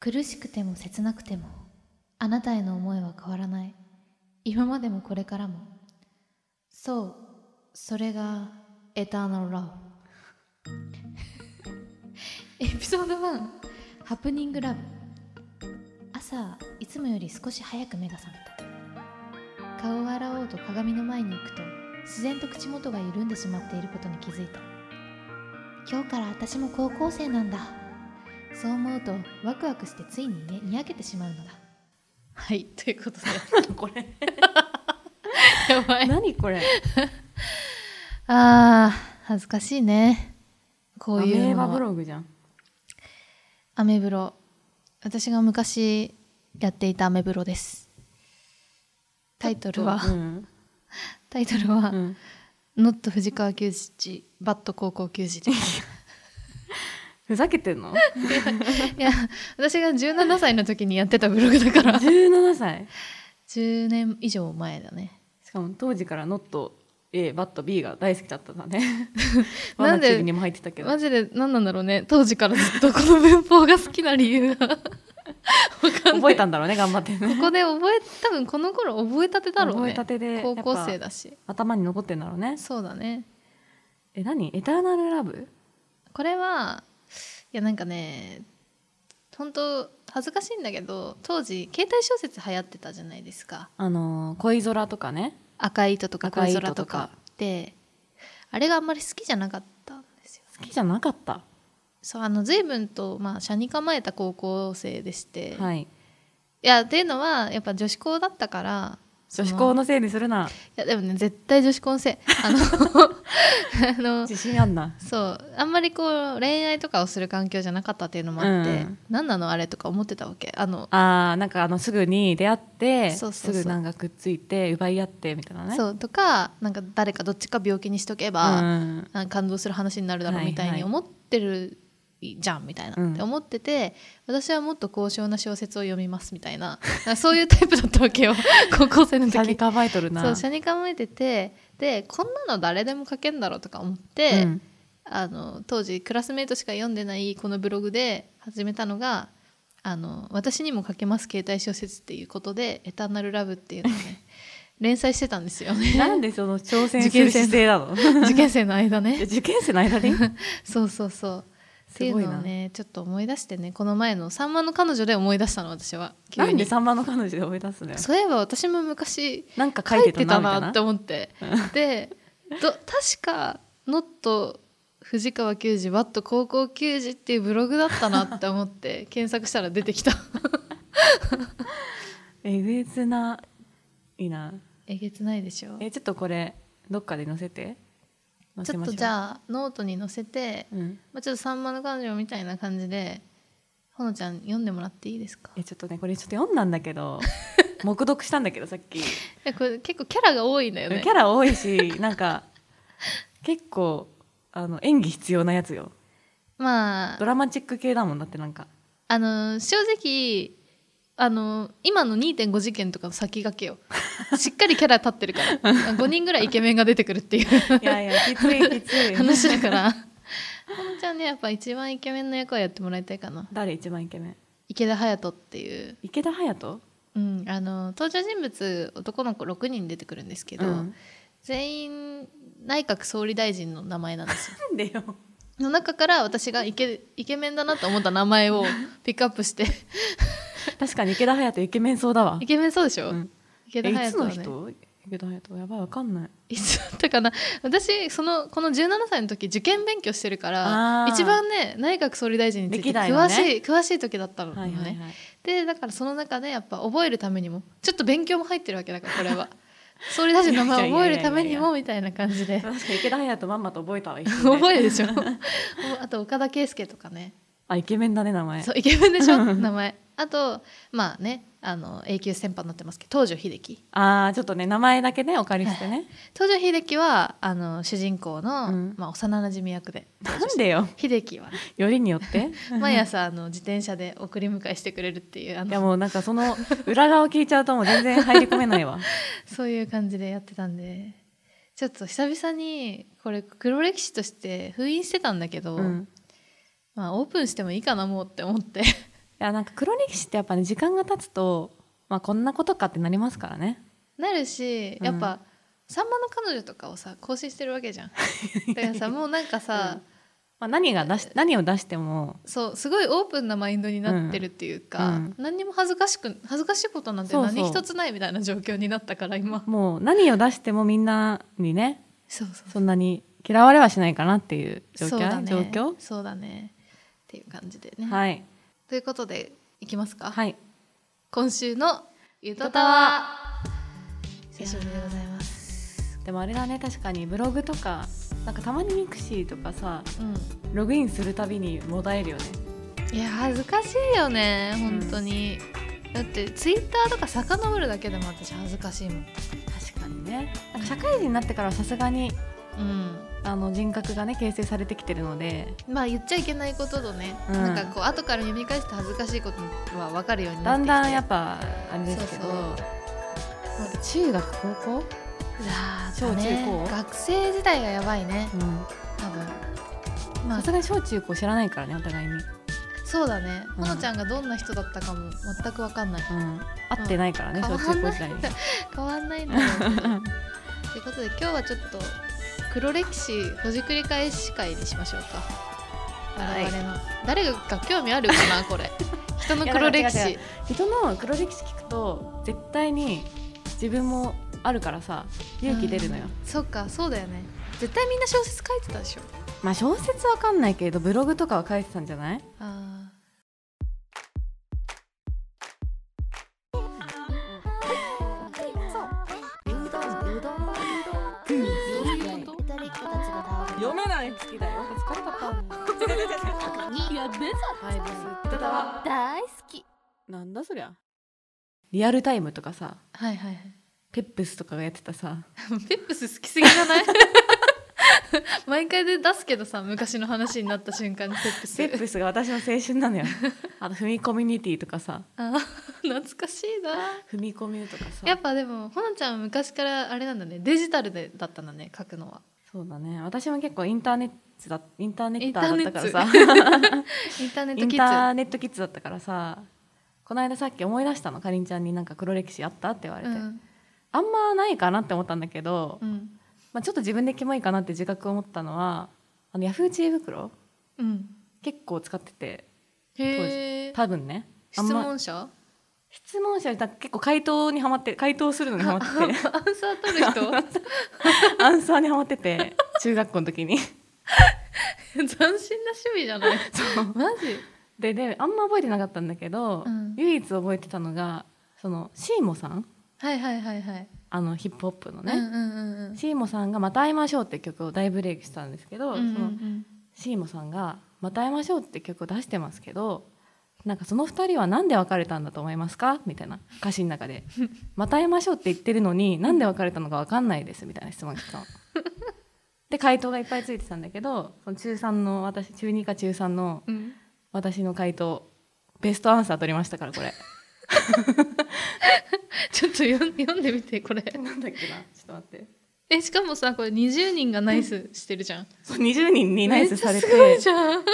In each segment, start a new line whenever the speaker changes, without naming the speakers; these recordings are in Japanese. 苦しくても切なくてもあなたへの思いは変わらない今までもこれからもそうそれがエターナルラブ エピソード1ハプニングラブ朝いつもより少し早く目が覚めた顔を洗おうと鏡の前に行くと自然と口元が緩んでしまっていることに気づいた今日から私も高校生なんだそう思うとワクワクしてついにねにやけてしまうのだはいという ことで
これ
やばい
何これ
あー恥ずかしいねこ
ア
う
メ
いう
ー
の
バ
は
ブログじゃん
アメブロ私が昔やっていたアメブロですタイトルは、
うん
タイトルは
う、ん
ノット藤川球児バット高校球児
ふざけて んの
いや私が17歳の時にやってたブログだから
17歳
10年以上前だね
しかも当時からノット A バット B が大好きだったんだね
な
なんん
で
でにも入ってたけど
マジで何なんだろうね当時からずっとこの文法が好きな理由がわかんない
覚えたんだろうね頑張ってね
ここで覚え多分この頃覚えたてだろう
覚え
ね
たてで
高校
や
生
っぱ
だし
頭に残ってんだろうね
そうだね
え何エターナルラブ
これはいやなんかね本当恥ずかしいんだけど当時携帯小説流行ってたじゃないですか
あのー恋空とかね
「赤い糸」とか「
赤
恋
い糸
空」と
とか
かであれがあんまり好きじゃなかったんですよ
好きじゃなかった
そうあの随分とまあ車に構えた高校生でして、い、
はい
やっていうのはやっぱ女子校だったから
女子
そ
校のせいにするない
やでもね絶対女子校のせいあのあの
自信あんな
そうあんまりこう恋愛とかをする環境じゃなかったっていうのもあって、
うん
何なのあれとか思ってたわけあの、
あーなんかあのすぐに出会って
そうそうそう
すぐなんかくっついて奪い合ってみたいなねう
そうとかなんか誰かどっちか病気にしとけば、
ん
なんか感動する話になるだろうみたい
はい
に
はい
思ってるじゃんみたいな、
うん
って思ってて私はもっと高尚な小説を読みますみたいななんかそういうタイプだったわ けよ高校生の時
シャニカバイトルな
そう車に構えててでこんなの誰でも書けんだろうとか思って、
うん
あの当時クラスメートしか読んでないこのブログで始めたのが「あの私にも書けます携帯小説」っていうことで「エターナルラブ」っていうのを ね連載してたんですよね
なんでその挑戦する姿勢なの
受験生の間ね
受験生の間に
そうそうそうってい
す
う
ごい
のを
な、
ねちょっと思い出してねこの前の「さんまの彼女」で思い出したの私は急
なんで
に
三番の彼女で思い出すのよ
そういえば私も昔
なんか
書
書い
い
て
て
た
た
な
な
み
ったて
いな
思ってでど確か「ノット藤川球児バット高校球児」っていうブログだったなって思って 検索したら出てきた
えぐえつないいな
えげつないでしょ
えちょっとこれどっかで載せて載
ちょ
せ
っ
まし
と
ょう
じゃあノートに載せて、
うん、
まあ、ちょっと「さんまの彼女」みたいな感じでほのちゃん読んでもらっていいですか
えちょっとねこれちょっと読んだんだけ ど黙読したんだけどさっき、
えこれ結構キャラが多いんだよね
キャラ多いしなんか結構あの演技必要なやつよ
まあ
ドラマチック系だもんだってなんか
あの正直あの今の2.5事件とかの先駆け よしっかりキャラ立ってるから5人ぐらいイケメンが出てくるっていう
いやいやきついきつい
話だからほのちゃんねやっぱ一番イケメンの役はやってもらいたいかな
誰一番イケメン
池田隼人っていう、
池田隼人
うん、あの登場人物男の子6人出てくるんですけど、
うん
全員内閣総理大臣の名前なんですよ
なんでよ
の中から私がイケイケメンだなと思った名前をピックアップして
確かに池田隼人イケメンそうだわ
イケメンそうでしょ、
うん
池田
えい
隼
つ
人は
の
ね
人池田隼人やばいわかんない
いつだ ったかな私そのこの17歳の時受験勉強してるから
あー
一番ね内閣総理大臣について
歴代
詳
の
し
ね
い、詳しい時だったのね、
はいはいはい
でだからその中でやっぱ覚えるためにもちょっと勉強も入ってるわけだからこれ は総理大臣の名前を覚えるためにもみたいな感じで
確かに池田隼人まんまと覚えたわ一瞬で
覚えるでしょ あと岡田圭佑とかね
あイケメンだね名前
そうイケメンでし ょ名前あとまあねあの A 級先輩になってますけど東條英機
あーちょっとね名前だけねお借りしてね、
東條英機はあの主人公の、
うん
まあ、幼なじみ役で
なんでよ
秀樹はね
よりによって
毎朝あの自転車で送り迎えしてくれるっていうあ
いや
の
もうなんかその裏側聞いちゃうともう全然入り込めない わ
そういう感じでやってたんでちょっと久々にこれ黒歴史として封印してたんだけど、
うん
まあ、オープンしてもいいかなもうって思って
やなんか黒歴史ってやっぱね時間が経つと、まあ、こんなことかってなりますからね
なるし
うん
やっぱ、さんまの彼女とかをさ更新してるわけじゃんだからさもうなんか さ、
まあ、何が出し何を出しても
そうすごいオープンなマインドになってるっていうか、
うん
何にも恥ずかしく恥ずかしいことなんて
そうそう
何一つないみたいな状況になったから今
もう何を出してもみんなにね
そうそう
そんなに嫌われはしないかなっていう状
そうだ
況、
ね
状況
そうだねっていう感じでね、
はい
ということでいきますか、
はい
今週のゆとたわ久しぶりでございます
でもあれだね確かにブログとかなんかたまにミクシーとかさ
うん
ログインするたびにもだえるよね
いや恥ずかしいよね本当に、だってツイッターとか遡るだけでも私恥ずかしいもん
確かにねなんか社会人になってからはさすがに
うん
あの人格がね形成されてきてるので
まあ言っちゃいけないこととね、
うん
なんかこう後から読み返して恥ずかしいことは分かるようになっ
だ
てき
ん
て
だんやっぱあれですけど
そうそう
なんか中学高校、
ぱ
小中高
学生時代がやばいね
うん
多分まあ
さすがに小中高知らないからねお互いに、うん、
そうだね、
うん
ほのちゃんがどんな人だったかも全く分かん ない
会ってないからね、
変わ
小
ん
中
な
高
い
時代に
変わんない んだろうけどということで今日はちょっと黒歴史ほじくり返し会にしましょうか
はい
我々の、誰が興味あるか なこれ人の黒歴
いや違う違
史
人の黒歴史聞くと絶対に自分もあるからさ勇気出るのよ、
そっかそうだよね絶対みんな小説書いてたでしょ
まあ小説わかんないけれどブログとかは書いてたんじゃない
あ
読めない好きだよ疲れた
大好き
なんだそりゃリアルタイムとかさ
ーはいはいはい
ペップスとかがやってたさ
ペップス好きすぎじゃない毎回で出すけどさ昔の話になった瞬間にペップス
ペップスが私の青春 なのよあと踏みコミュニティとかさ
あー懐かしいな
踏み込みとかさ
やっぱでもほのちゃんは昔からあれなんだねデジタルでだったんだね書くのは
そうだね私も結構インターネットだインターネッタ
インターネ
ー
ッ
だっ
ト
たからさ
インターネッ
イ
ト
ン
キ
タ
ッ
ーネットキッズだったからさこの間さっき思い出したのかりんちゃんになんか黒歴史あったって言われ
ズ
て、
うん
あんまないかなって思ったんだけど、
うん
まあ、ちょっと自分でキモいかなって自覚を持ったのはあのヤフー知恵袋
うん
結構使ってて
へえ
多分ねあ
質
んま
問者
質問者にた結構回答にはまって回答するのにハ マってて
アンサー取る人
アンサーにはまってて中学校の時に
斬新な趣味じゃないマジ
でであんま覚えてなかったんだけど、
うん
唯一覚えてたのがそのシーモさん
はいはいはいはい
あのヒップホップ
う
の
ん
ね、
うんうんうん
シーモさんが「また会いましょう」って曲を大ブレイクしたんですけ
うん
ど、
うん
そのシーモさんが「また会いましょう」って曲を出してますけどなんかその2人は何で別れたんだと思いますかみたいな歌詞の 中で「また会いましょう」って言ってるのになんで別れたのか分かんないですみたいな質問が来たの。で回答がいっぱいついてたんだけどその中3の私中2か中3の
うんうん
私の回答ベストアンサー取りましたか らこれ。
ちょっと読ん読んでみてこれ
なんだっけなちょっと待って。
えしかもさこれ20人がナイスしてるじゃん
そう20人にナイスされて
めっちゃすごいじゃん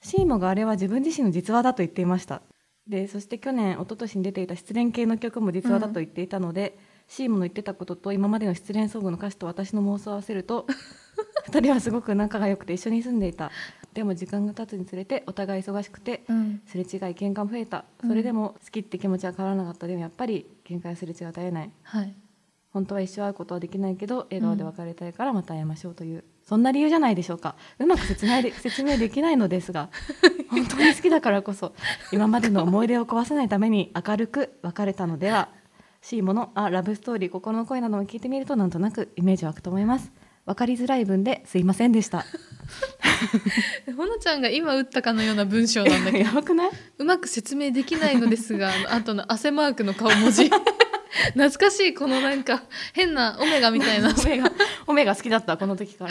シーモがあれは自分自身の実話だと言っていましたでそして去年一昨年に出ていた失恋系の曲も実話だと言っていたので、シーモの言ってたことと今までの失恋ソングの歌詞と私の妄想を合わせると 二人はすごく仲が良くて一緒に住んでいたでも時間が経つにつれてお互い忙しくて
うん
すれ違い喧嘩も増えたそれでも好きって気持ちは変わらなかったでもやっぱり喧嘩やすれ違いは絶えない
はい
本当は一生会うことはできないけど笑顔で別れたいからまた会いましょうという、そんな理由じゃないでしょうかうまく説明 で説明できないのですが本当に好きだからこそ今までの思い出を壊さないために明るく別れたのでは C ものあラブストーリー心の声なども聞いてみるとなんとなくイメージ湧くと思いますわかりづらい文ですいません でした
ほのちゃんが今打ったかのような文章なんだけど
やばくないう
まく説明できないのですがあ の後の汗マークの顔文字 懐かしいこのなんか変なオメガみたいな
オメガオメガ好きだったこの時から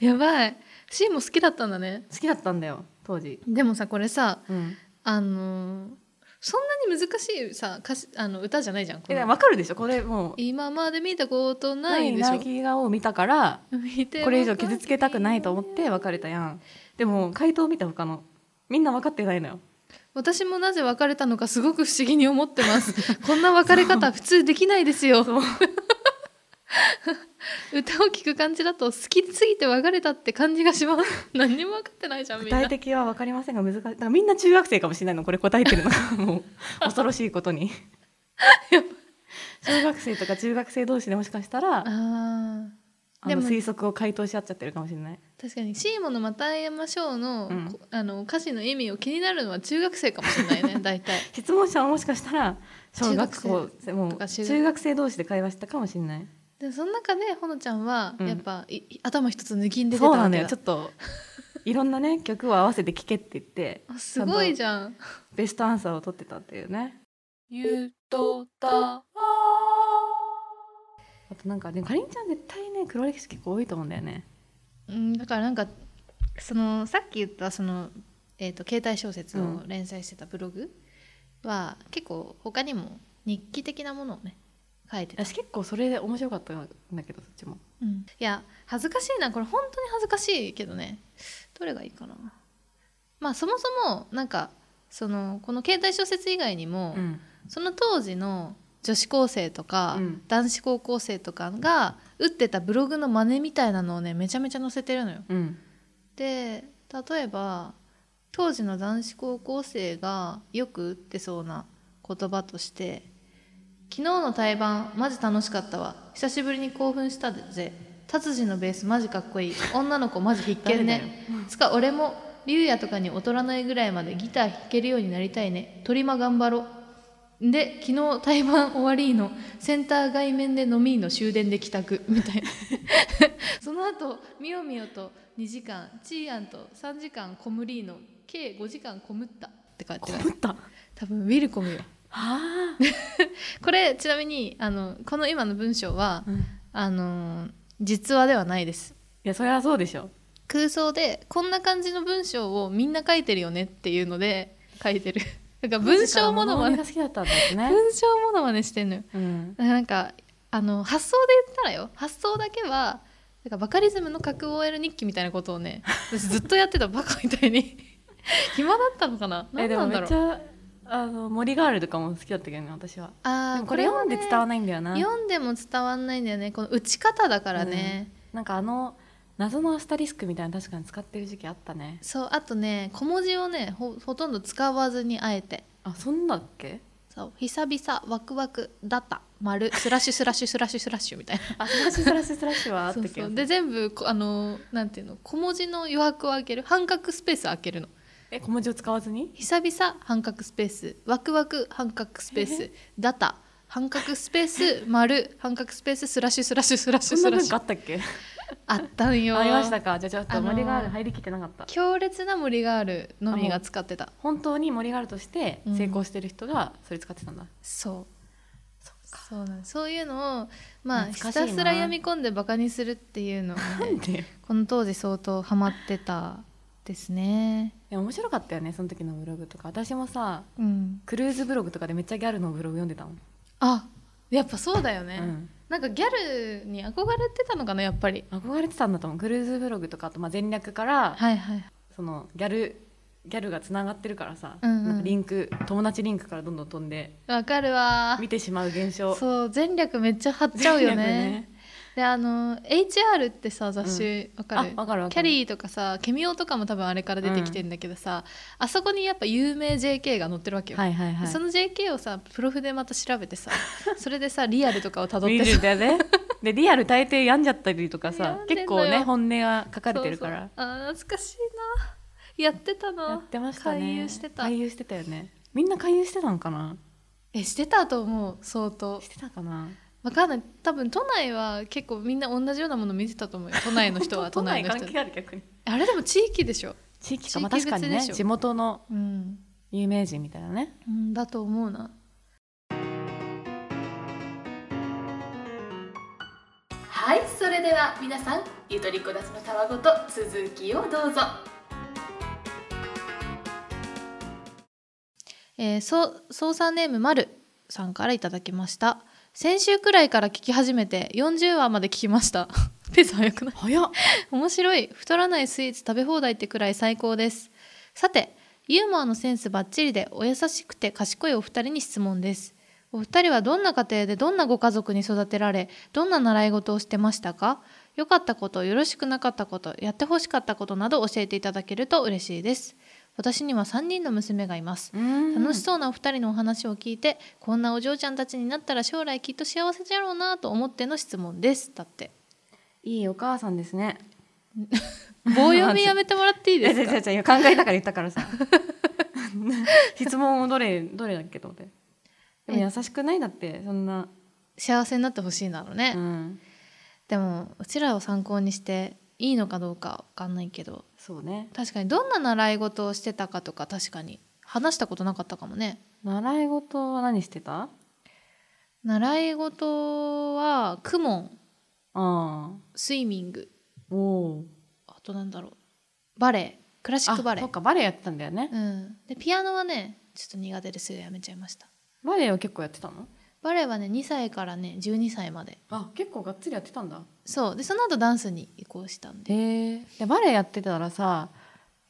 やばいシーンも好きだったんだね
好きだったんだよ当時
でもさこれさ
うん
あのーそんなに難しいさ歌詞あの歌じゃないじゃんこ
え
の
わかるでしょこれもう
今まで見たことないでし
な
ょ
い泣き顔を見たから
見て
これ以上傷つけたくないと思って別れたやんでも回答を見た他のみんな分かってないのよ
私もなぜ別れたのかすごく不思議に思ってます こんな別れ方普通できないですよ 歌を聴く感じだと好きすぎて別れたって感じがします 何にも分かってないじゃんみ
具
んな
体的は分かりませんが難しいだからみんな中学生かもしれないのこれ答えてる のがもう恐ろしいことに小学生とか中学生同士でもしかしたら
あー
あ
で
の
も
推測を回答し合っちゃってるかもしれない
確かにシーモの又山翔の,、
うん
こあの歌詞の意味を気になるのは中学生かもしれない ね大体
質問者はもしかしたら小学校も
とか
う
中学
中学生同士で会話したかもしれない
でその中でほのちゃんは
うん
やっぱ、いい頭一つ抜きんで出てた
そうな
わ
の
け
よ
だ
ちょっといろんなね曲を合わせて聴けって言って
あすごいじゃん
ベストアンサーを取ってたっていうね
ゆとた
あとなんかねかりんちゃん絶対ね黒歴史結構多いと思うんだよね
うん、だからなんかそのさっき言ったその、えー、と携帯小説を連載してたブログは、結構他にも日記的なものをね書いてた、
私結構それで面白かったんだけどそっちも
うんいや恥ずかしいなこれ本当に恥ずかしいけどねどれがいいかなまあそもそもなんかそのこの携帯小説以外にも、
ん
その当時の女子高生とか、
うん
男子高校生とかが打ってたブログの真似みたいなのをねめちゃめちゃ載せてるのよ。
うん
で例えば当時の男子高校生がよく打ってそうな言葉として「昨日の対バンマジ楽しかったわ久しぶりに興奮したぜ達治のベースマジかっこいい女の子マジ必見ね」つか俺も竜也とかに劣らないぐらいまでギター弾けるようになりたいね取り間頑張ろうで昨日対バン終わりのセンター外面で飲みの終電で帰宅みたいな その後みよみよと2時間チーアンと3時間コムリーノ計5時間コムったって書いてある
ぶったは
多分ウィルコムよ
あ、
これちなみにあのこの今の文章は
うん、い
あのー実話ではないです
やそりゃそうでしょ
空想でこんな感じの文章をみんな書いてるよねっていうので書いてるなんか文章ものまね
が好きだったんですね、
文章ものまねしてんのよ
うん、
なんかあの発想で言ったらよ発想だけはなんかバカリズムの格 OL 日記みたいなことを ね私ずっとやってたバカみたいに 暇だったのかな何
えで
な
も
ん
め
だ
っ
ろ
ち
う
ゃあの森ガールとかも好きだったけどね私は
あ
で
ー
もこれ読んで伝わ
ん
んないんだよな、
読んでも伝わんないんだよねこの打ち方だからね、
なんかあの謎のアスタリスクみたいなの確かに使ってる時期あったね
そうあとね小文字をねほほとんど使わずにあえて
あそんなだっけ
そう久々ワクワクだった丸スラッシュスラッシュスラッシュスラッシュみたいな
あスラッシュスラッシュスラッシュはあった
そう
けど
そうで全部こあのなんていうの小文字の余白を開ける半角スペース開けるの
え小文字を使わずに
久々半角スペースワクワク半角スペースダタ半角スペース丸半角スペーススラッシュスラッシュスラッシ
そ
ュ
ん
ス
な
ラッ
文
シ
化あ
ュ
ったっけ
あったんよ
ありましたかじゃあちょっ
あ
と
のー
森ガール入りきってなかった、
強烈な森ガールのみが使ってた
本当に森ガールとして成功してる人がそれ使ってたんだ、
そう
そ
そうなんですそういうのをまあひ
懐
た
かしいな
すら読み込んでバカにするっていうのをね
なんでい
この当時相当ハマってたですね
や面白かったよねその時のブログとか私もさ
うん
クルーズブログとかでめっちゃギャルのブログ読んでたもん、
あやっぱそうだよね、
うん
なんかギャルに憧れてたのかなやっぱり
憧れてたんだと思うクルーズブログとかあとまあ全略から、
はいはい
そのギャルギャルがつながってるからさ、
うんうん
なんかリンク友達リンクからどんどん飛んで
わかるわ
見てしまう現象
そう前略めっちゃ張っちゃうよね
全略
であの HR ってさ雑誌わ、か
あ
る
わかるわかる
キャリーとかさケミオとかも多分あれから出てきてんだけどさ、あそこにやっぱ有名 JK が載ってるわけよ、
はいはいは
で
い
その JK をさプロフでまた調べて さそれでさリアルとかをたどっ
見
て
る
さ
んだよねでリアル大抵病んじゃったりとかさ
病んでんの
結
よ
構ね本音が書かれてるから
そうそうあー懐かしいなやってたな
やってましたね
勧誘してた
勧誘してたよねみんな勧誘してたのかな
えしてたと思う相当
してたかな
わかんない多分都内は結構みんな同じようなもの見てたと思うよ都内の人は都
都
内
内
の人
関係ある逆に
あれでも地域でしょ
地域かまあ
地域
確
別
かに
で
ね
しょ
地元の
うん、
有名人みたいなね
うん、だと思うなはいそれでは皆さんゆとりこだちのたわごと続きをどうぞえー、そう操作ネームまるさんからいただきました先週くらいから聞き始めて40話まで聞きました ペース早くない
早っ
面白い太らないスイーツ食べ放題ってくらい最高ですさてユーモアのセンスバッチリでお優しくて賢いお二人に質問ですお二人はどんな家庭でどんなご家族に育てられどんな習い事をしてましたか良かったことよろしくなかったことやってほしかったことなど教えていただけると嬉しいです私には3人の娘がいます楽しそうなお二人のお話を聞いてこんなお嬢ちゃんたちになったら将来きっと幸せじゃろうなと思っての質問ですだって
いいお母さんですね
棒読みやめてもらっていい
い
で
や
す
違
か
う違ういや考えたから言ったか らさ質問をどれどれだっけと思ってでも優しくないだってそんな、
幸せになってほしいんだろうね、
うん、
でもうちらを参考にしていいのかどうかわかんないけど
そうね
確かにどんな習い事をしてたかとか確かに話したことなかったかもね
習い事は何してたあ
習い事はクモン
あ
スイミング
おお
あとなんだろうバレエクラシックバレ
そ
エ
っかバレエやってたんだよね、
うんでピアノはねちょっと苦手ですぐやめちゃいました
バレエを結構やってたの
バレエはね2歳からね12歳まで
あ結構がっつりやってたんだ
そうでその後ダンスに移行したんで
へえでバレエやってたらさ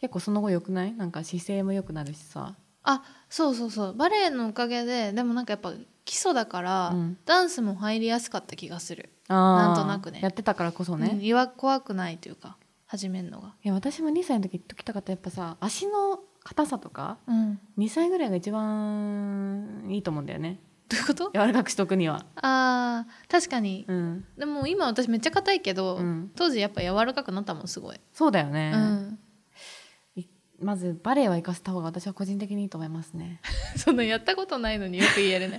結構その後良くないなんか姿勢も良くなるしさ
あそうそうそうバレエのおかげででもなんかやっぱ基礎だから、
うん
ダンスも入りやすかった気がする、
あー
なんとなくね
やってたからこそね、
うん、弱怖くないというか始めるのが
いや私も2歳の時言っときたかったやっぱさ足の硬さとか
うん
2歳ぐらいが一番いいと思うんだよね
どういうこと
柔らかくしとくには
あー確かに、
うん、
でも今私めっちゃ硬いけど、
うん
当時やっぱ柔らかくなったもんすごい、
そうだよね、
うん
いまずバレエは生かせた方が私は個人的にいいと思います ね
そんなやったことないのによく言える ね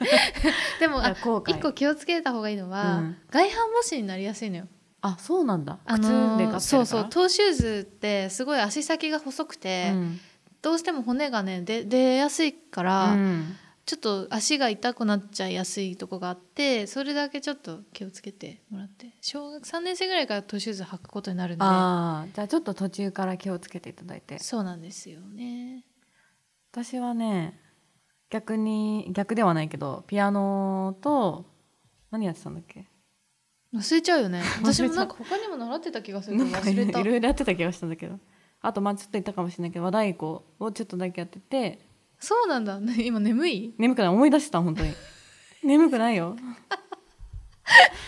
でも
い
あ
や後悔
一個気をつけた方がいいのは、
うん
外反母趾になりやすいのよ
あそうなんだ靴で
ー
買ってるから
そうそうトーシューズってすごい足先が細くて、
うん
どうしても骨がねで出やすいから、
うん
ちょっと足が痛くなっちゃいやすいとこがあってそれだけちょっと気をつけてもらって小学3年生ぐらいからトゥシューズ履くことになるんで
ああじゃあちょっと途中から気をつけていただいて
そうなんですよね
私はね逆に逆ではないけどピアノと何やってたんだっけ
忘れちゃうよ ね
忘れ
私
ちゃう
もなんか他にも習ってた気がするけ
な
ど
んか
忘れた
いろいろやってた気がしたんだけどあとまあちょっと言ったかもしれないけど和太鼓をちょっとだけやってて
そうなんだ、ね、 今眠い
眠くない思い出した 本当に眠くないよ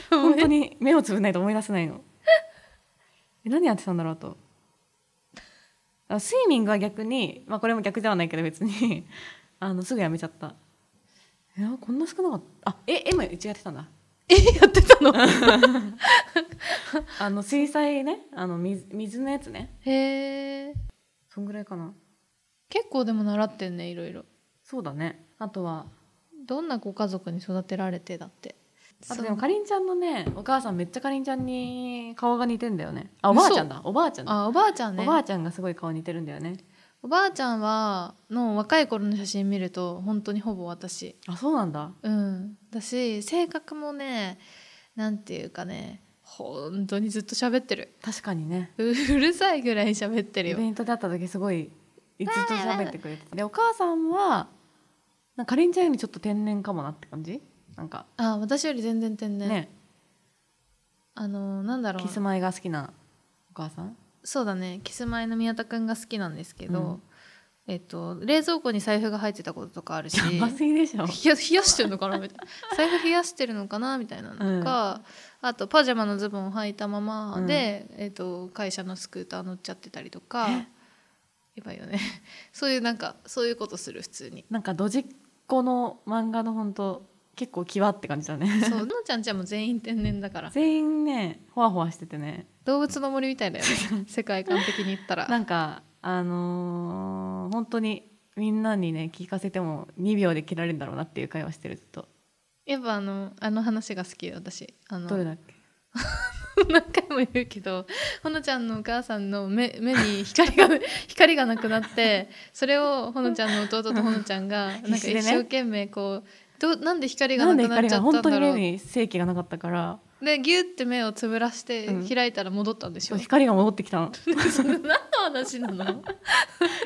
本当に目をつぶんないと思い出せないのえ何やってたんだろうとあスイミングは逆に、まあ、これも逆ではないけど別に あのすぐやめちゃったいやこんな少なかったあえ絵もうちやってたんだ
えやってたの
あの水彩ねあの水水のやつね
へえ
そんぐらいかな
結構でも習ってんねいろいろ
そうだねあとは
どんなご家族に育てられてだって
あと
そう
でもかりんちゃんのねお母さんめっちゃかりんちゃんに顔が似てんだよねあおばあちゃんだおばあちゃんだ
あおばあちゃんね
おばあちゃんがすごい顔似てるんだよね
おばあちゃんはの若い頃の写真見ると本当にほぼ私
あそうなんだ
うんだし性格もねなんていうかね本当にずっと喋ってる
確かにね
ううるさいぐらい喋ってる
イ
よ
ベントで会った時すごいずっと喋ってくれててでお母さんはなんかかりんちゃんよりちょっと天然かもなって感じなんか
あ私より全然天
ね
然、あのなんだろう
キスマイが好きなお母さん
そうだねキスマイの宮田くんが好きなんですけど、
うん
えっと冷蔵庫に財布が入ってたこととかあるし
やばすぎでしょ
冷や冷やしてるのかなみたい な財布冷やしてるのかなみたいなのとか、あとパジャマのズボンを履いたままで、えっと会社のスクーター乗っちゃってたりとかやばいよね そういうなんかそういうことする普 通に
なんかドジっ子の漫画のほんと結構際って感じだね
そうののちゃんちゃんも全員天然だから
全員ねほわほわしててね
動物の森みたいだよね 世界観的に言った
な
ら
んかあのー本当にみんなにね聞かせても2秒で切られるんだろうなっていう会話してるずっと
やっぱあのあの話が好き私あの
どれだっけ
何回も言うけどほのちゃんのお母さんの目目に光が光がなくなってそれをほのちゃんの弟とほのちゃんがなんか
必死でね
一生懸命こうどうなんで光が
な
なん
で
くなっ
光
ちゃ
が
った
本
ん
当に
だろ
目
うで
に正気がなかったから
ギュって目をつぶらして
うん
開いたら戻ったんでしょ、
光が戻ってきたの
それ何の話なの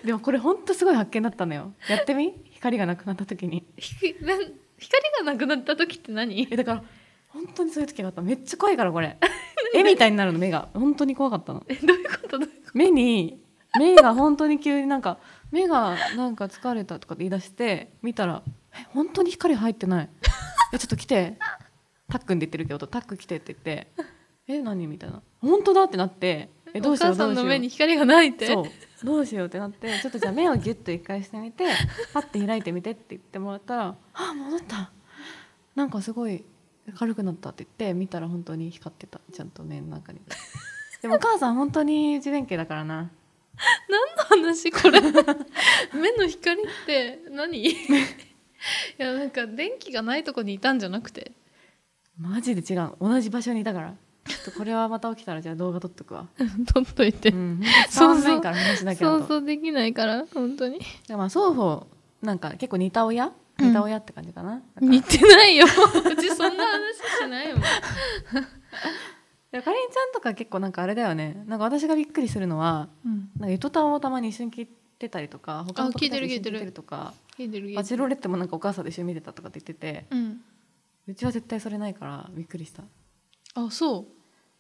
でもこれ本当すごい発見だったのよやってみ光がなくなった時に
ひなん光がなくなった時って何
えだから本当にそういう時があっためっちゃ怖いから これ絵みたいになるの目が本当に怖かったの
えどういうことどういうこ
目に目が本当に急になんか目がなんか疲れたとかって言い出して見たら「え本当に光入ってない」え「ちょっと来て」タックンで言ってるけどタック来てって言って「え何?」みたいな「本当だ」ってなって「えど
お
うしよ
母
うど
さん
うし
の
よ
目
う
に」光がないって
そうどうしようってなってちょっとじゃあ目をギュッと一回して みてパッて開いてみてって言ってもらったら「あ戻ったなんかすごい軽くなった」って言って見たら本当に光ってたちゃんと目 の中にでもお母さん本当に自弁慶だからな
何の話これ 目の光って何 いやなんか電気がないとこにいたんじゃなくて
マジで違う同じ場所にいたからちょっとこれはまた起きたらじゃあ動画撮っとくわ、
撮っといて、
うん、伝
想
わ
像
んないから話だけだ
想
と
像できないから本当に
でまあ双方なんか結構似た親
うん
似た親って感じかな,、なん
似
か
てないよ うちそんな話しないもん
でかりんちゃんとか結構なんかあれだよねなんか私がびっくりするのは
うん
なんかゆとたんをたまに一緒に聞いてたりとか他のポッドキャ
聞い
スト
てる
一緒に
聞いてる
とか
聞いてる聞
バ
いて
チ
る
ロレッテもなんかお母さんと一緒に見てたとかって言ってて
うん
うちは絶対それないからびっくりしたい
あそ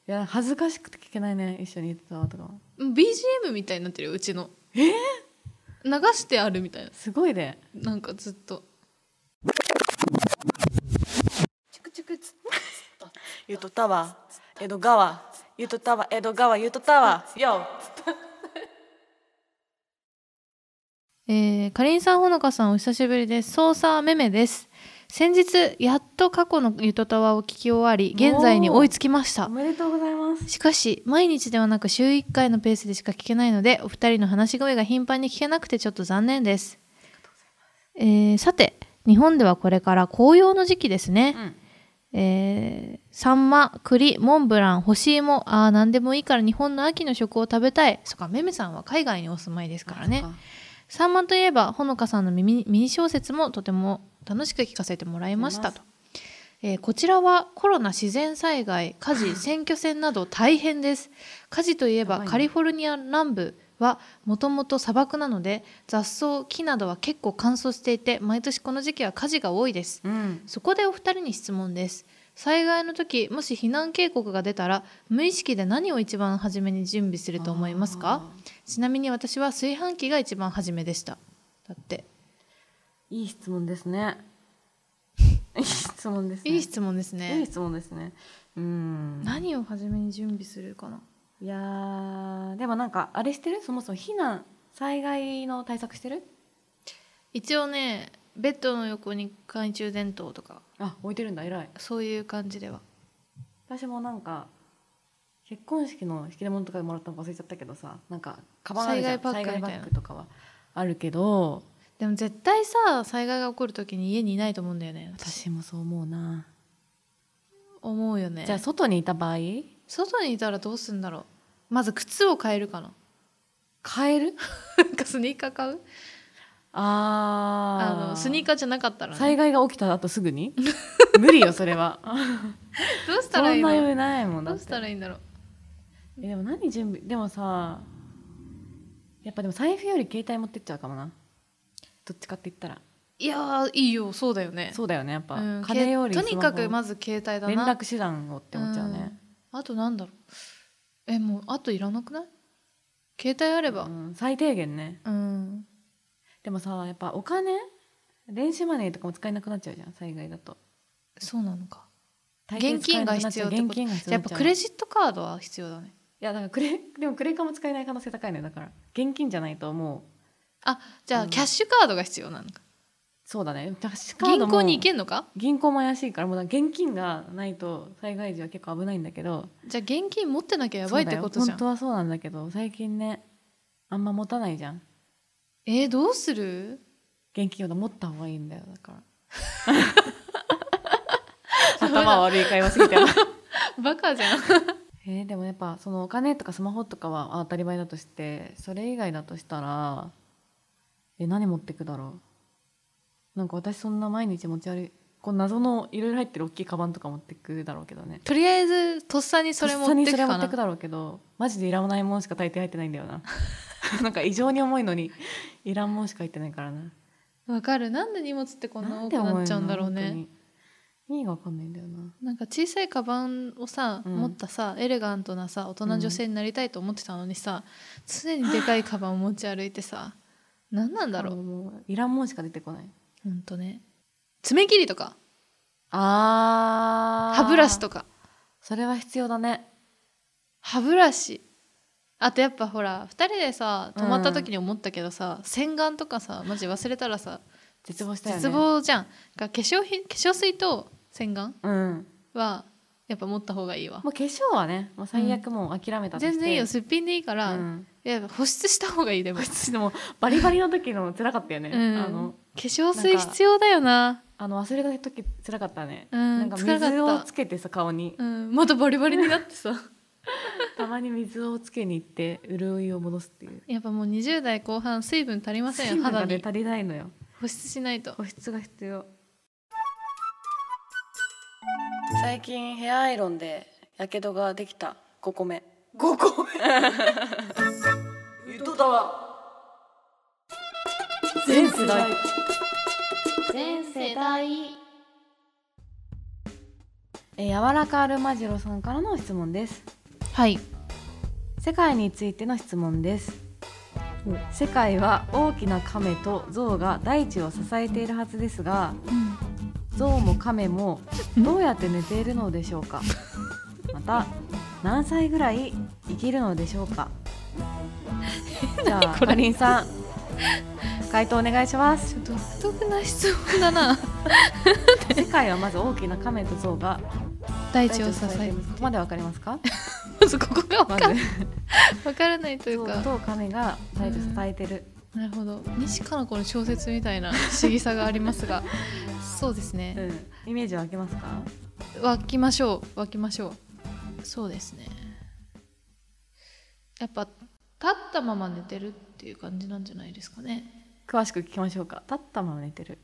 や恥ずかしくて聞けないね一緒にゆとたわとかも
う BGM みたいになってるようちのえ流してあるみたいな
すごいね
なんかずっと
ゆとたわ江戸川ゆとたわ江戸川ゆとたわよ
えー、かりんさんほのかさんお久しぶりですソーサーめめです先日やっと過去のゆとたわを聞き終わり現在に追いつきまし
お
た
めでとうございます
しかし毎日ではなく週1回のペースでしか聞けないのでお二人の話し声が頻繁に聞けなくてちょっと残念ですえーさて日本ではこれから紅葉の時期ですね、
うん
えーサンマ栗モンブラン干し芋あー何でもいいから日本の秋の食を食べたいそっかめめさんは海外にお住まいですからね
あそっか
サンマといえばほのかさんのミニミニ小説もとても楽しく聞かせてもらいましたと、えーこちらはコロナ自然災害火事選挙戦など大変です火事といえ
や
ば
ばいね
カリフォルニア南部はもともと砂漠なので雑草木などは結構乾燥していて毎年この時期は火事が多いです
うん
そこでお二人に質問です災害の時もし避難警告が出たら無意識で何を一番初めに準備すると思いますかちなみに私は炊飯器が一番初めでしただって
いい質問で すねいい質問ですね
いい質問ですね
いい質問ですねうん
何を初めに準備するかない
やーでもなんかあれしてるそもそも避難災害の対策してる
一応ねベッドの横に懐中電灯とか
あ置いてるんだ偉い
そういう感じでは
私もなんか結婚式の引き出物とかでもらったのか忘れちゃったけどさなんかカバンあるじゃん
災害パックみたいな
災害とかはあるけど
でも絶対さ災害が起こる時に家にいないと思うんだよね私
私もそう思うな、
思うよね
じゃあ外にいた場合
外にいたらどうすんだろうまず靴を変えるかな
買える
なんかスニーカー買うあ
あー
のスニーカーじゃなかったら、
災
ね、
害が起きた後す ぐに無理よそれは
どうした
そん
ら
ない
いの
余裕ないもんだ
ど
っ
う
て
したらいいんだろう
えでも何準備でもさやっぱでも財布より携帯持ってっちゃうかもなどっちかって言ったら
いやーいいよそうだよね
そうだよねやっぱ、
うん
金より
け
ス
と
マホ
にかくまず携帯だな
連絡手段をって思っちゃうね、
うんあとなんだろうえもうあといらなくない携帯あれば
うん最低限ね
うん、
でもさやっぱお金電子マネーとかも使えなくなっちゃうじゃん災害だと
そうなのか
大抵
現金が必要ってこと
現金が必
じ
要
ゃあやっ
にな
ぱ
ちゃう
クレジットカードは必要だね
いやだからクレでもクレカも使えない可能性高いのよだから現金じゃないともう
あじゃ
う
あ
ん
キャッシュカードが必要なのか
そうだね
銀行に行
け
けんのか
銀行も怪しいからもうだから現金がないと災害時は結構危ないんだけど
じゃあ現金持ってなきゃやばいってことじゃ
そうだよ本
ん
当はそうなんだけど最近ねあんま持たないじゃん
えーどうする
現金を持った方がいいんだよだから 頭悪い会話すぎて る
バカじゃん
えーでもやっぱそのお金とかスマホとかはあ当たり前だとしてそれ以外だとしたらえ何持ってくだろうなんか私そんな毎日持ち歩いこう謎のいろいろ入ってる大きいカバンとか持ってくだろうけどね
とりあえずとっさにそれ持ってく
とっさにそれ持
か
っ
な
てくだろうけどマジでいらないもんしか大抵入ってないんだよ ななんか異常に重いのにいらんもんしか入ってないからな
わかるなんで荷物ってこんな多く
で重いの
なっちゃうんだろう
本当
ね
に意味がわかんないんだよな
なんか小さいカバンをさ、
うん
持ったさエレガントなさ大人女性になりたいと思ってたのにさ、常にでかいカバンを持ち歩いてさ何なんだろう
もういらんもんしか出てこない
ほんとね爪切りとか
あー
歯ブラシとか
それは必要だね
歯ブラシあとやっぱほら2人でさ泊まった時に思ったけどさ、洗顔とかさマジ忘れたらさ
絶望したよね
絶望じゃん、が化粧品化粧水と洗顔
うん
はやっぱ持った方がいいわ
もう化粧はねもう最悪もう諦めたとして
全然いいよすっぴんでいいから、
うん
いや保湿した方がいいでも、
私でもバリバリの時の辛かったよね、
うん
あの
化粧水必要だよな
あの忘れた時辛かったね、
うん
なんか
辛かった
水をつけてさ顔に
うんまだバリバリになってさ
たまに水をつけに行って潤いを戻すっていう
やっぱもう20代後半水分足りませんよ
水分
肌
がね
に
足りないのよ
保湿しないと
保湿が必要
最近ヘアアイロンでやけどができた5個目5個目ゆとたわ全世代
全世代
えー柔らかアルマジロさんからの質問です
はい
世界についての質問です世界は大きな亀と象が大地を支えているはずですが象も亀もどうやって寝ているのでしょ うかまた何歳ぐらい生きるのでしょう かじゃあ
これ
かりんさん 回答お願いします
ちょっと独特な質問だな
世界はまず大きな亀と象が
大
大
地
地
を
を
支
支
え
えてい
る
るここまでわかりますか
ま ずここが
ま
分
ず
かん分からないという
象
か
と亀が大地を支えている
なるほど西加奈子の小説みたいな不思議さがあります がそうですね、
うん、イメージ湧きますか
沸きましょう沸きましょうそうですねやっぱ立ったまま寝てるっていう感じなんじゃないですかね
詳しく聞きましょうか立ったまま寝てる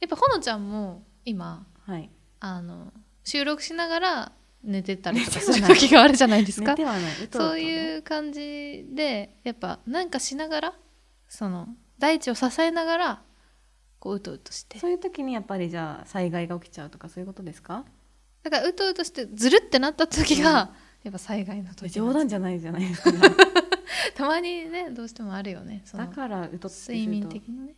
やっぱほのちゃんも今
はい
あの収録しながら寝てたりとか
寝て
す
は
る
ない
時があるじゃないです
寝
か
てはない
そう
う
いう感じでやっぱなんかしながらその大地を支えながらこううとうとして
とそういう時にやっぱりじゃあ災害が起きちゃうとかそういうことですか
だからうとうとしてずるってなった時が、やっぱ災害の時
冗談じゃないじゃないですか
たまにねどうしてもあるよねそ
だ
の
からうとって
睡眠的なねっ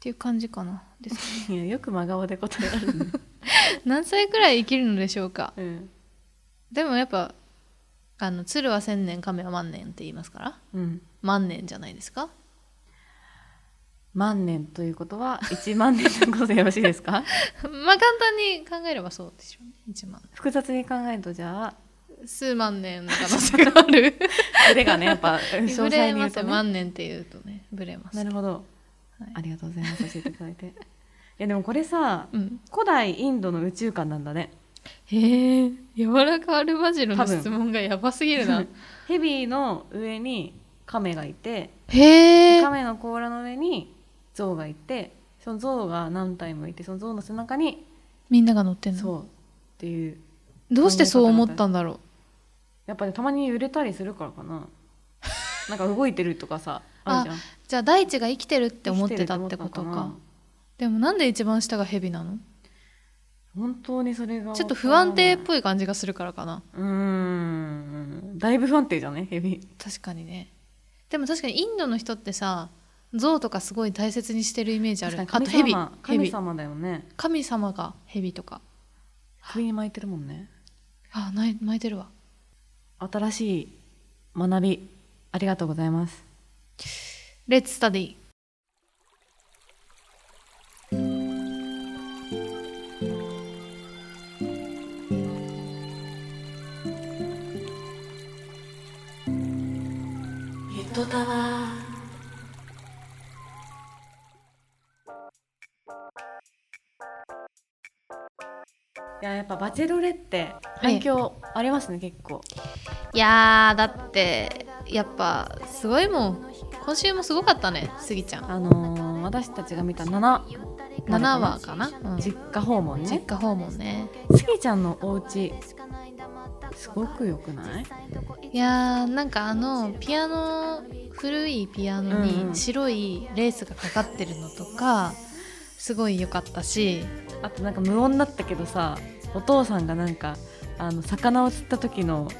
ていう感じかなですかね
いやよく真顔で答えられるね、
何歳くらい生きるのでしょうか
うん
でもやっぱあの鶴は千年亀は万年って言いますから
うん、
万年じゃないですか
万年ということは1万年ということでよろしいで すか
まあ簡単に考えればそうでしょうね一万
複雑に考えるとじゃあ
数万年の可能性がある
ブレがねやっぱ詳
ブ
細
レ
に言
ま
う
す
と、
よ
ね、
万年って言うとねブレます
なるほど、
はい
ありがとうございます教えていただい ていやでもこれさ
うん、
古代インドの宇宙観なんだね
へえ柔らかアルバジルの
多分
質問がやばすぎるな
ヘビの上に亀がいて
へえ
亀の甲羅の上に象がいてその象が何体もいてその象の背中に
みんなが乗ってんの
そうっていう
どうしてそう思ったんだろう
やっぱりたまに揺れたりするからか ななんか動いてるとかさあるじゃんっ
じゃあ大地が生きてるって思ってたってことかでもなんで一番下がヘビなの
本当にそれが
ちょっと不安定っ
い
ぽい感じがするからかな
うーんだいぶ不安定じゃねヘビ
確かにねでも確かにインドの人ってさ象とかすごい大切にしてるイメージある
確
あ
かに
とヘビ
神様
ヘ
神
ビ
様だよね
神様がヘビとか
首に巻いてるもんね
あない巻いてるわ
新しい学びありがとうございます
レッツスタディ
ゆとたわ
いややっぱバチェロレって反響ありますね、結構
いやーだってやっぱすごいもん今週もすごかったねスギちゃん
あのー私たちが見た7
7話かな、うん
実家訪問
実
ね
家訪問ね
スギちゃんのお家すごく良くない
いやーなんかあのピアノ古いピアノ
うんう
に
ん
白いレースがかかってるのとかすごい良かったし
あとなんか無音だったけどさお父さんがなんかあの魚を釣った時の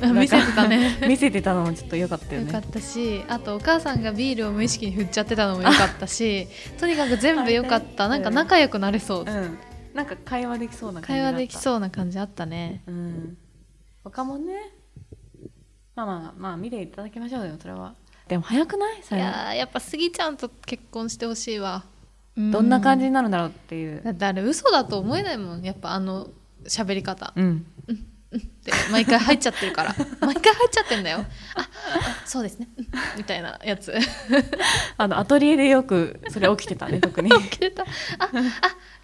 うん、 見せてた ね
見せてたのもちょっと良かったよ
よかっ
ね。
たしあとお母さんがビールを無意識に振っちゃってたのもよかったしとにかく全部よかったなんか仲良くなれそう、
うん、なんか会話できそうな感
会
じだった
話できそうな感じあったね
う。ん、他もねまあまあまあ見ていただきましょうよそれは。でも早くない
い
さ
やーやっぱスギちゃんと結婚してほしいわう
どんな感じになるんだろうっていう。
だってあれ嘘だと思えないもんやっぱあの喋り方
うん、
って毎回入っちゃってるから 毎回入っちゃってんだよああそうですねうんみたいなや つ
あのアトリエでよくそれ起きて たね特に。
切れたああ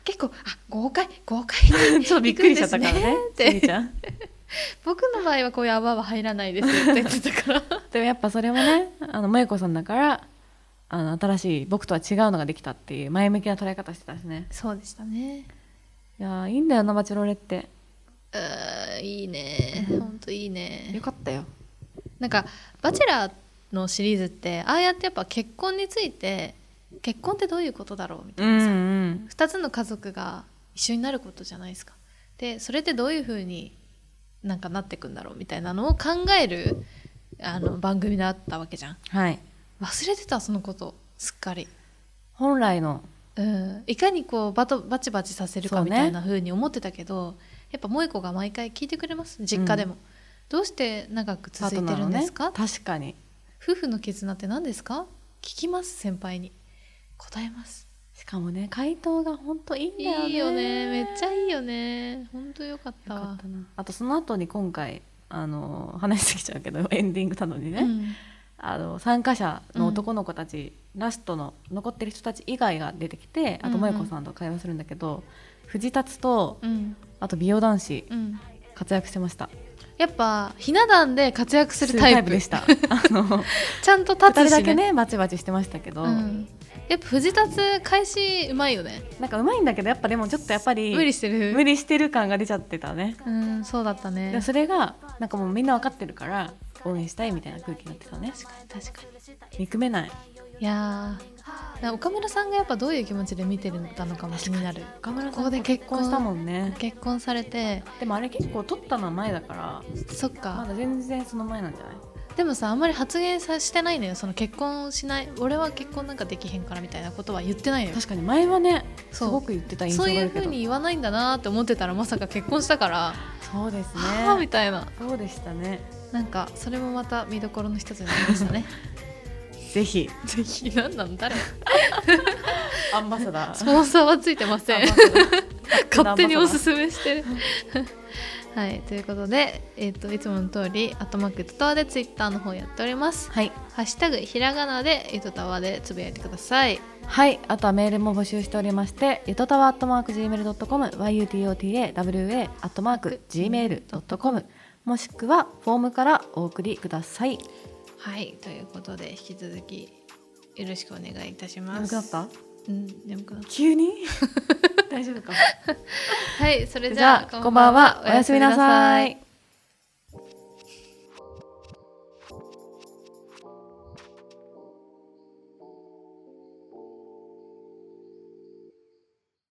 結構あ豪快豪快 に
ちょっとびっくりしちゃったからね。
行くんです
ち
ね
び
っ
ち
て
ゃん
僕の場合はこういう泡は入らないですって言ってたから
でもやっぱそれもねあの萌子さんだからあの新しい僕とは違うのができたっていう前向きな捉え方してたしね
そうでしたね
いやーいいんだよなバチェロレって
うーんいいねほんといいね
よかったよ
なんか「バチェラー」のシリーズってああやってやっぱ結婚について結婚ってどういうことだろうみた
う
い
ん
な
う
さ、
ん
2つの家族が一緒になることじゃないですかでそれってどういうふうになんかなってくんだろうみたいなのを考えるあの番組だったわけじゃん
はい
忘れてたそのことすっかり、
本来の
うん、いかにこうバトバチバチさせる
そ
か
うね
みたいなふうに思ってたけど、やっぱ萌子が毎回聞いてくれます実家でも、どうして長く
パー
続いて
トナー
る
の
んで
ね
すか、
確かに
夫婦の絆って何ですか聞きます先輩に答えます
しかもね回答が本当いいんだよね
いいよねめっちゃいいよね本当よかった
よか
わ
ったなあとその後に今回あのー話しすぎちゃうけど エンディングなのにね、
うん
あの参加者の男の子たち、ラストの残ってる人たち以外が出てきてあと
うんうん
萌子さんと会話するんだけど、藤達と
うん
あと美容男子
うん、
活躍してました
やっぱひな壇で活躍するタイプ
でした あの
ちゃんと立
2
つ
人
し、ね、
だけねバチバチしてましたけど、
うん、やっぱ藤立開始うまいよね
なんかうまいんだけどやっぱでもちょっとやっぱり
無理してる
無理してる感が出ちゃってたね
うんそうだった
で
ね
もそれがなんかもうみんな分かってるから応援したいみたいな空気になってたね
確か
憎めない
にいやーな岡村さんがやっぱどういう気持ちで見てるのかも気になる
岡村
ここで結婚
婚したもんね
結婚されて
でもあれ結構取ったのは前だから
そっ
ま
か
だ全然その前なんじゃない
でもさあんまり発言さしてないのよその結婚しない俺は結婚なんかできへんからみたいなことは言ってないのよ
確かに前はねす
そう
ごく言ってた印象
そう
があ
いう
る
ふ
け
う
どそう
に言わないんだなーって思ってたらまさか結婚したから、
です
はあみ
ね
たいな
そうでしたね
なんかそれもまた見どころの一つになりました ね
ぜひ
ぜひ何なん誰
アンバサ ダ
ス
ー
ポンサーはついてません 勝手におすすめしてるはいということで、えっといつもの通り「アットマークゆとたわ」でツイッターの方やっております
はい
ハッシュタグひらがなでゆとたわでつぶやいてください
はい、あとはメールも募集しておりまして、ゆとたわ @gmail.com、yutotawa@gmail.com もしくはフォームからお送りください。
はいということで引き続きよろしくお願いいたします
眠くなった？
うん眠くなった
急に？ 大丈夫か？
はいそれ
じ
じゃあ
ゃあこんばんは。おやすみなさい。